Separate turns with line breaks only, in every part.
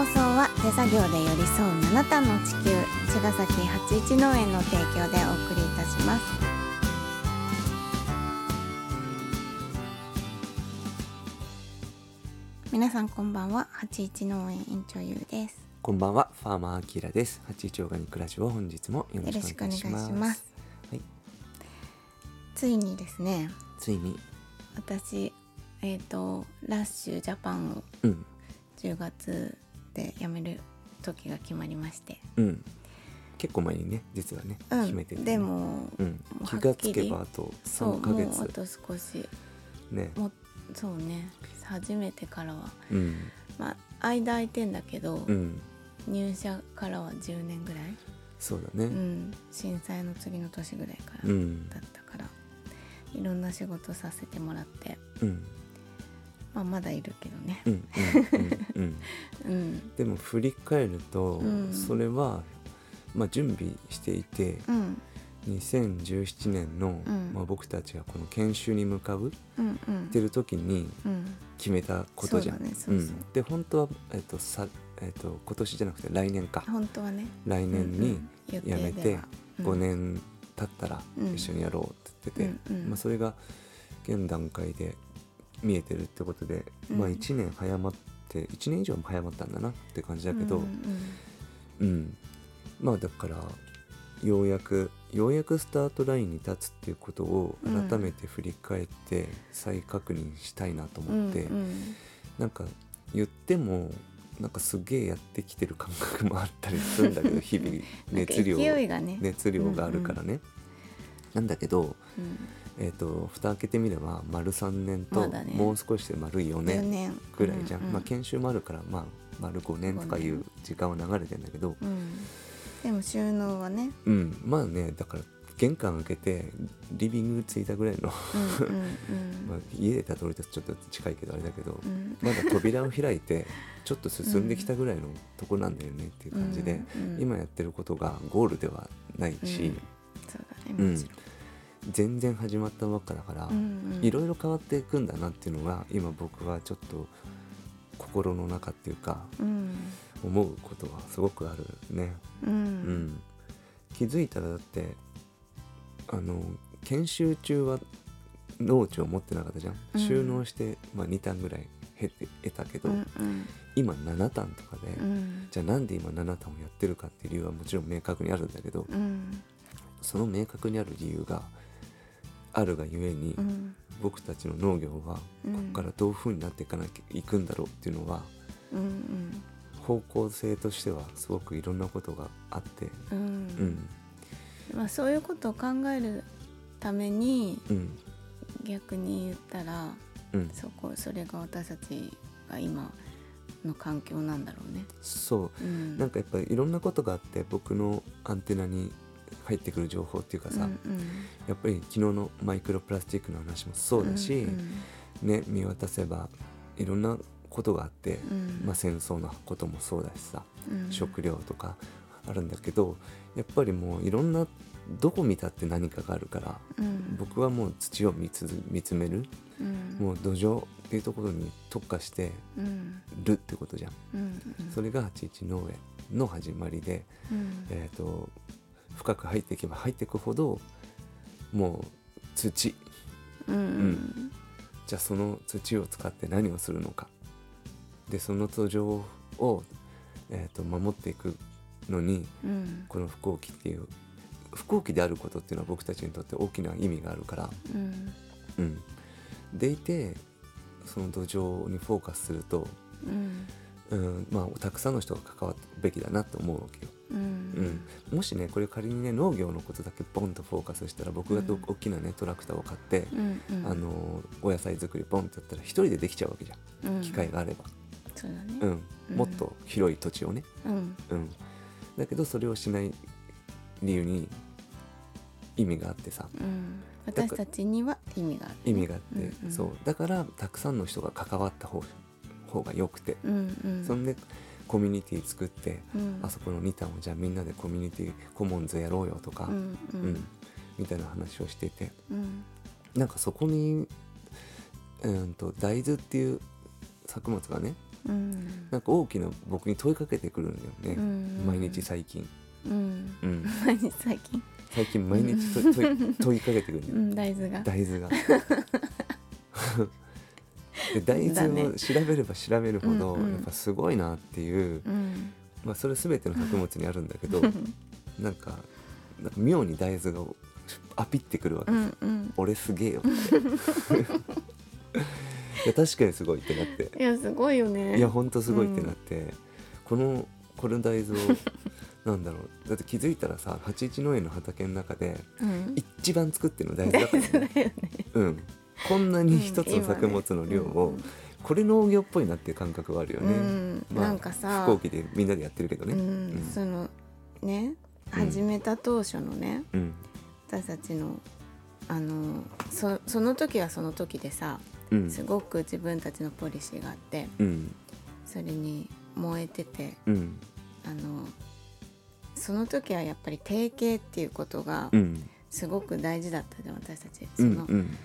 手作業で寄り添う七段の地球茅ヶ崎八一農園の提供でお送りいたします皆さんこんばんは八一農園園長ゆうです
こんばんは、ファーマーアキラです。八一オーガニックラジオ、本日もよろしくお願
よろ
いします。
しくお願いします
はい、
ついにですね
ついに、
私えっ、とラッシュジャパンを
うん、
10月で辞める時が決まりまして
うん。結構前にね、実はね、
うん
決めてて、
で、も
うん、
う
気
はっきり
がつけばあと
そう
三ヶ
もうあ
月
と少し
ね、
もうそうね初めてからは
うん、
まあ間空いてんだけど、
うん、
入社からは10年ぐらい、
そうだ
う
ね、
ん、震災の次の年ぐらいか
う
ら
ん、
だったから、いろんな仕事させてもらって、
うん、うん、
まあ、まだいるけどね
う、ん、うん、うん。
うん、
でも振り返ると、
うん
それは、まあ準備していて、
うん
2017年の、
うん
まあ僕たちがこの研修に向かうっ
うんうん
てる時に。
うん
決めたことじゃん。
そうだねそうそう
うんで本当は、えっとさえっと今年じゃなくて来年か
本当はね
来年に
うんうん
やめ
予定
て
では
5年経ったら
うん
一緒にやろうって言ってて、
うんうん
まあ、それが現段階で見えてるってことで、
うん
まあ、1年早まって1年以上も早まったんだなって感じだけど、
う
うんんまあだからようやくようやくスタートラインに立つっていうことを改めて振り返って再確認したいなと
うんうん
思って。
うん
なんか言ってもなんかすげえやってきてる感覚もあったりするんだ けど日々
なんか
熱量
勢いがね
熱量があるからね、なんだけど、
うん
えー、と蓋開けてみれば丸3年と、
まだね
もう少しで丸4
4
年
年
ぐらいじゃん、
うう
まあ、研修もあるから、まあ、丸5年とかいう時間は流れてんだけど、
うんでも収納はね、
うん、まあねだから玄関開けてリビング着いたぐらいの
うんうんうん
まあ家で例えるとちょっと近いけどあれだけど、
うん
まだ扉を開いてちょっと進んできたぐらいのとこなんだよねっていう感じで、
うんうん
今やってることがゴールではないし、
そうだ
う
ね
ん
もちろん
全然始まったばっかだから、
うんうん
いろいろ変わっていくんだなっていうのが今僕はちょっと心の中っていうか
うん
思うことはすごくあるね。
う
うんん、気づいたらだってあの研修中は農地を持ってなかったじゃん、
うん
収納して、まあ、2単ぐらい減って得たけど、
うんうん
今7単とかで、
うん
じゃあなんで今7単をやってるかっていう理由はもちろん明確にあるんだけど
うん
その明確にある理由があるがゆえに、
うん
僕たちの農業は
うん
ここからどういうふうになっていかなきゃいくんだろうっていうのは
うん
方向性としてはすごくいろんなことがあって、
う
うんん
まあそういうことを考えるために
うん
逆に言ったら
うん、
そこそれが私たちが今の環境なんだろうね。
そう
うん、
なんかやっぱりいろんなことがあって僕のアンテナに入ってくる情報っていうかさ、
うんうん
やっぱり昨日のマイクロプラスチックの話もそうだし、
うん
ね、見渡せばいろんなことがあって、
うん
まあ、戦争のこともそうだしさ、
うん
食料とかあるんだけどやっぱりもういろんなどこ見たって何かがあるから
うん
僕はもう土を見つ見つめる
うん
もう土壌っていうところに特化して
うん
るってことじゃん。
うん
それが81農園の始まりで、
うん
えー、と深く入っていけば入っていくほどもう土
うんうん
じゃあその土を使って何をするのかでその土壌を、えー、と守っていくのに
うん
この不幸期っていう不幸期であることっていうのは僕たちにとって大きな意味があるから、
うん
うん、でいてその土壌にフォーカスすると、
うん
うんまあ、たくさんの人が関わるべきだなと思うわけよ。
うん
うん、もしねこれ仮にね農業のことだけボンとフォーカスしたら僕がど、
うん
大きなねトラクターを買って、
うんうん
あのお野菜作りボンってやったら一人でできちゃうわけじゃ
うん
ん機会があれば、
そうだね
うん
うん
もっと広い土地をね、
うん
うん、だけどそれをしない理由に意味があってさ
うん
から
私たちには意味がある
意味があって、
うんうん
そうだからたくさんの人が関わった方方が良くて、
うんうん
そんでコミュニティ作って、
うん
あそこの2単をじゃあみんなでコミュニティコモンズやろうよとか、
うんう
うんん、みたいな話をしてて
うん
なんかそこに、うん、と大豆っていう作物がね
うん
なんか大きな僕に問いかけてくるんだよ
う
ね、
ん
毎日最近、
うん
うん、
毎日最近、
最近毎日 と問い問いかけてくるんだ
う
よ、
ん、大豆が
大 豆がで大豆を調べれば調べるほど、
うんうん
やっぱすごいなっていう、
うん
まあ、それ全ての作物にあるんだけどなんかなんか妙に大豆がアピってくるわけ、
うんうん
俺すげえ よっていや確かにすごいってなって
いやすごいよね
いやほんとすごいってなって、このこの大豆を なんだろうだって気づいたらさ81農園の畑の中で
うん
一番作ってるの大豆
大
だから
豆だよ
ね、
ね
うん、こんなに一つ
うん今
の
ね
作物の量を、
うん
これ農業っぽいなっていう感覚はあるよ
う
ね、
ん
まあ
なんかさ
飛行機でみんなでやってるけどね
う
うん
ん、そのね
うん
始めた当初のね
うん
私たちのあのそその時はその時でさ
うん
すごく自分たちのポリシーがあって
うん
それに燃えてて
うん
あのその時はやっぱり提携っていうことが
うん
すごく大事だったじゃん私たち
う
そ
ん
の,、
うん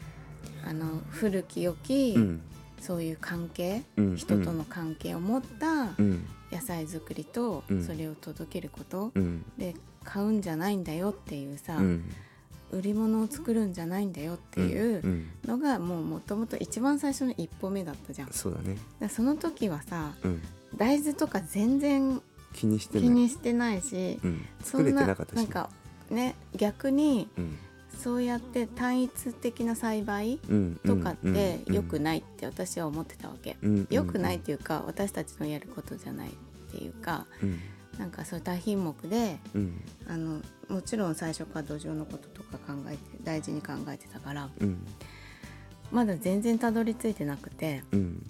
あの古き良き、
うん
そういう関係、
うん
人との関係を持った
うん
野菜作りと、
うん
それを届けること、
うん
で買うんじゃないんだよっていうさ、
うん
売り物を作るんじゃないんだよっていうんのがもうもともと一番最初の一歩目だったじゃん。だか
そうだね、
らその時はさ
うん、
大豆とか全然
気にして
気
ない
にしてないし
うん、
そ
作
ん
れて
な
なかったし
なんかね逆に
うん
そうやって単一的な栽培
うん
とかって良く
い、
ないって私は思ってたわけ。
うんうん
良くないっていうか私たちのやることじゃないっていうか
うん
なんかそういう多品目で
うん
あのもちろん最初から土壌のこととか考えて大事に考えてたから
うん
まだ全然たどり着いてなくて
うん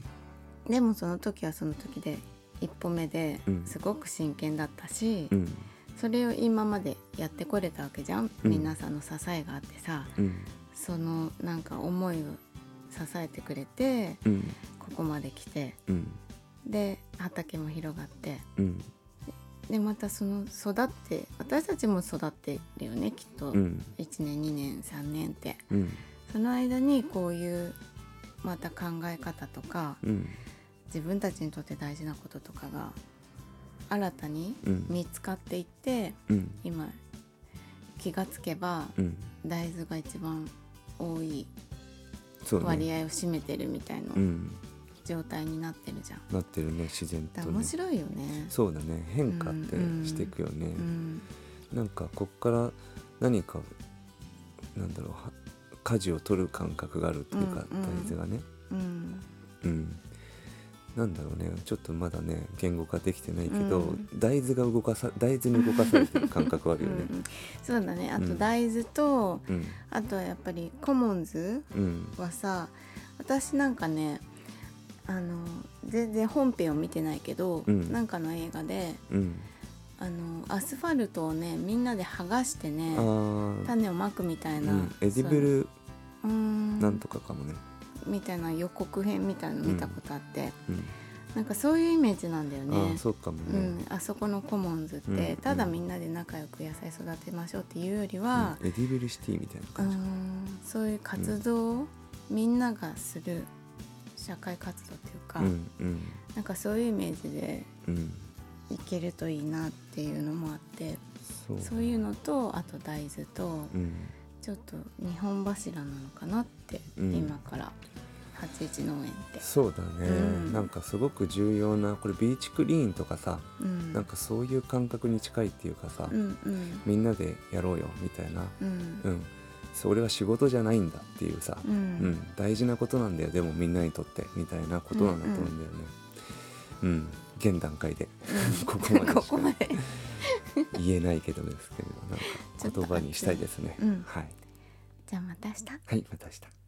でもその時はその時で一歩目で
うん
すごく真剣だったし、
うん
それを今までやってこれたわけじゃん、
うん
皆さんの支えがあってさ
うん
そのなんか思いを支えてくれて
うん
ここまで来て
うん
で畑も広がって
うん
でまたその育って私たちも育ってるよねきっと、
うん
1年2年3年って
うん
その間にこういうまた考え方とか
うん
自分たちにとって大事なこととかが新たに
うん
見つかっていって、
うん
今気がつけば
うん
大豆が一番多い
そうね
割合を占めてるみたいな
うん
状態になってるじゃん。
なってるね自然
だ
と
から
ね
面白いよね。
そうだね変化って
うんうん
していくよね、
うん
なんかこっから何かなんだろうは舵を取る感覚があるっていうか、
うんうん
大豆がね
うん
うん、なんだろうねちょっとまだね言語化できてないけど、
うん
大豆が動かさ大豆に動かされてる感覚はある
う
よね。
んそうだねあ
う
と
ん
大豆と、
うん
あとはやっぱりコモンズ
うん
はさ私なんかねあの全然本編を見てないけど、
うん
なんかの映画で
うん、
あのアスファルトをねみんなで剥がしてね
あー
種をまくみたいうな、
ん、エディブル
そううん
なんとかかもね。
みたいな予告編みたいなの見たことあって、
うん
なんかそういうイメージなんだよ
あ
ね
あ。そうかも
う
ね。
ん、あそこのコモンズって、
うんうん
ただみんなで仲良く野菜育てましょうっていうより
うん
は、
エディブルシティみたいな
う
感じ。
ん、そういう活動を、みんながする社会活動っていうか、
うんうん
なんかそういうイメージで
うん、
いけるといいなっていうのもあって
そう
そういうのとあと大豆と
うん、
ちょっと日本柱なのかなって、
うん
今から81農園って。
そうだね、
うん
なんかすごく重要なこれビーチクリーンとかさ、
うん
なんかそういう感覚に近いっていうかさ、
うんうん
みんなでやろうよみたいな
うん
うん、それは仕事じゃないんだっていうさ、
う
うん
ん
大事なことなんだよでもみんなにとってみたいなことなんだと思うんだよね。うん、現段階で ここまでしか
ここまで
言えないけどですけれどなん
ちょっ
か
と
言葉にしたいですね。
うん
はい、
じゃあまた明日
はい、また明日。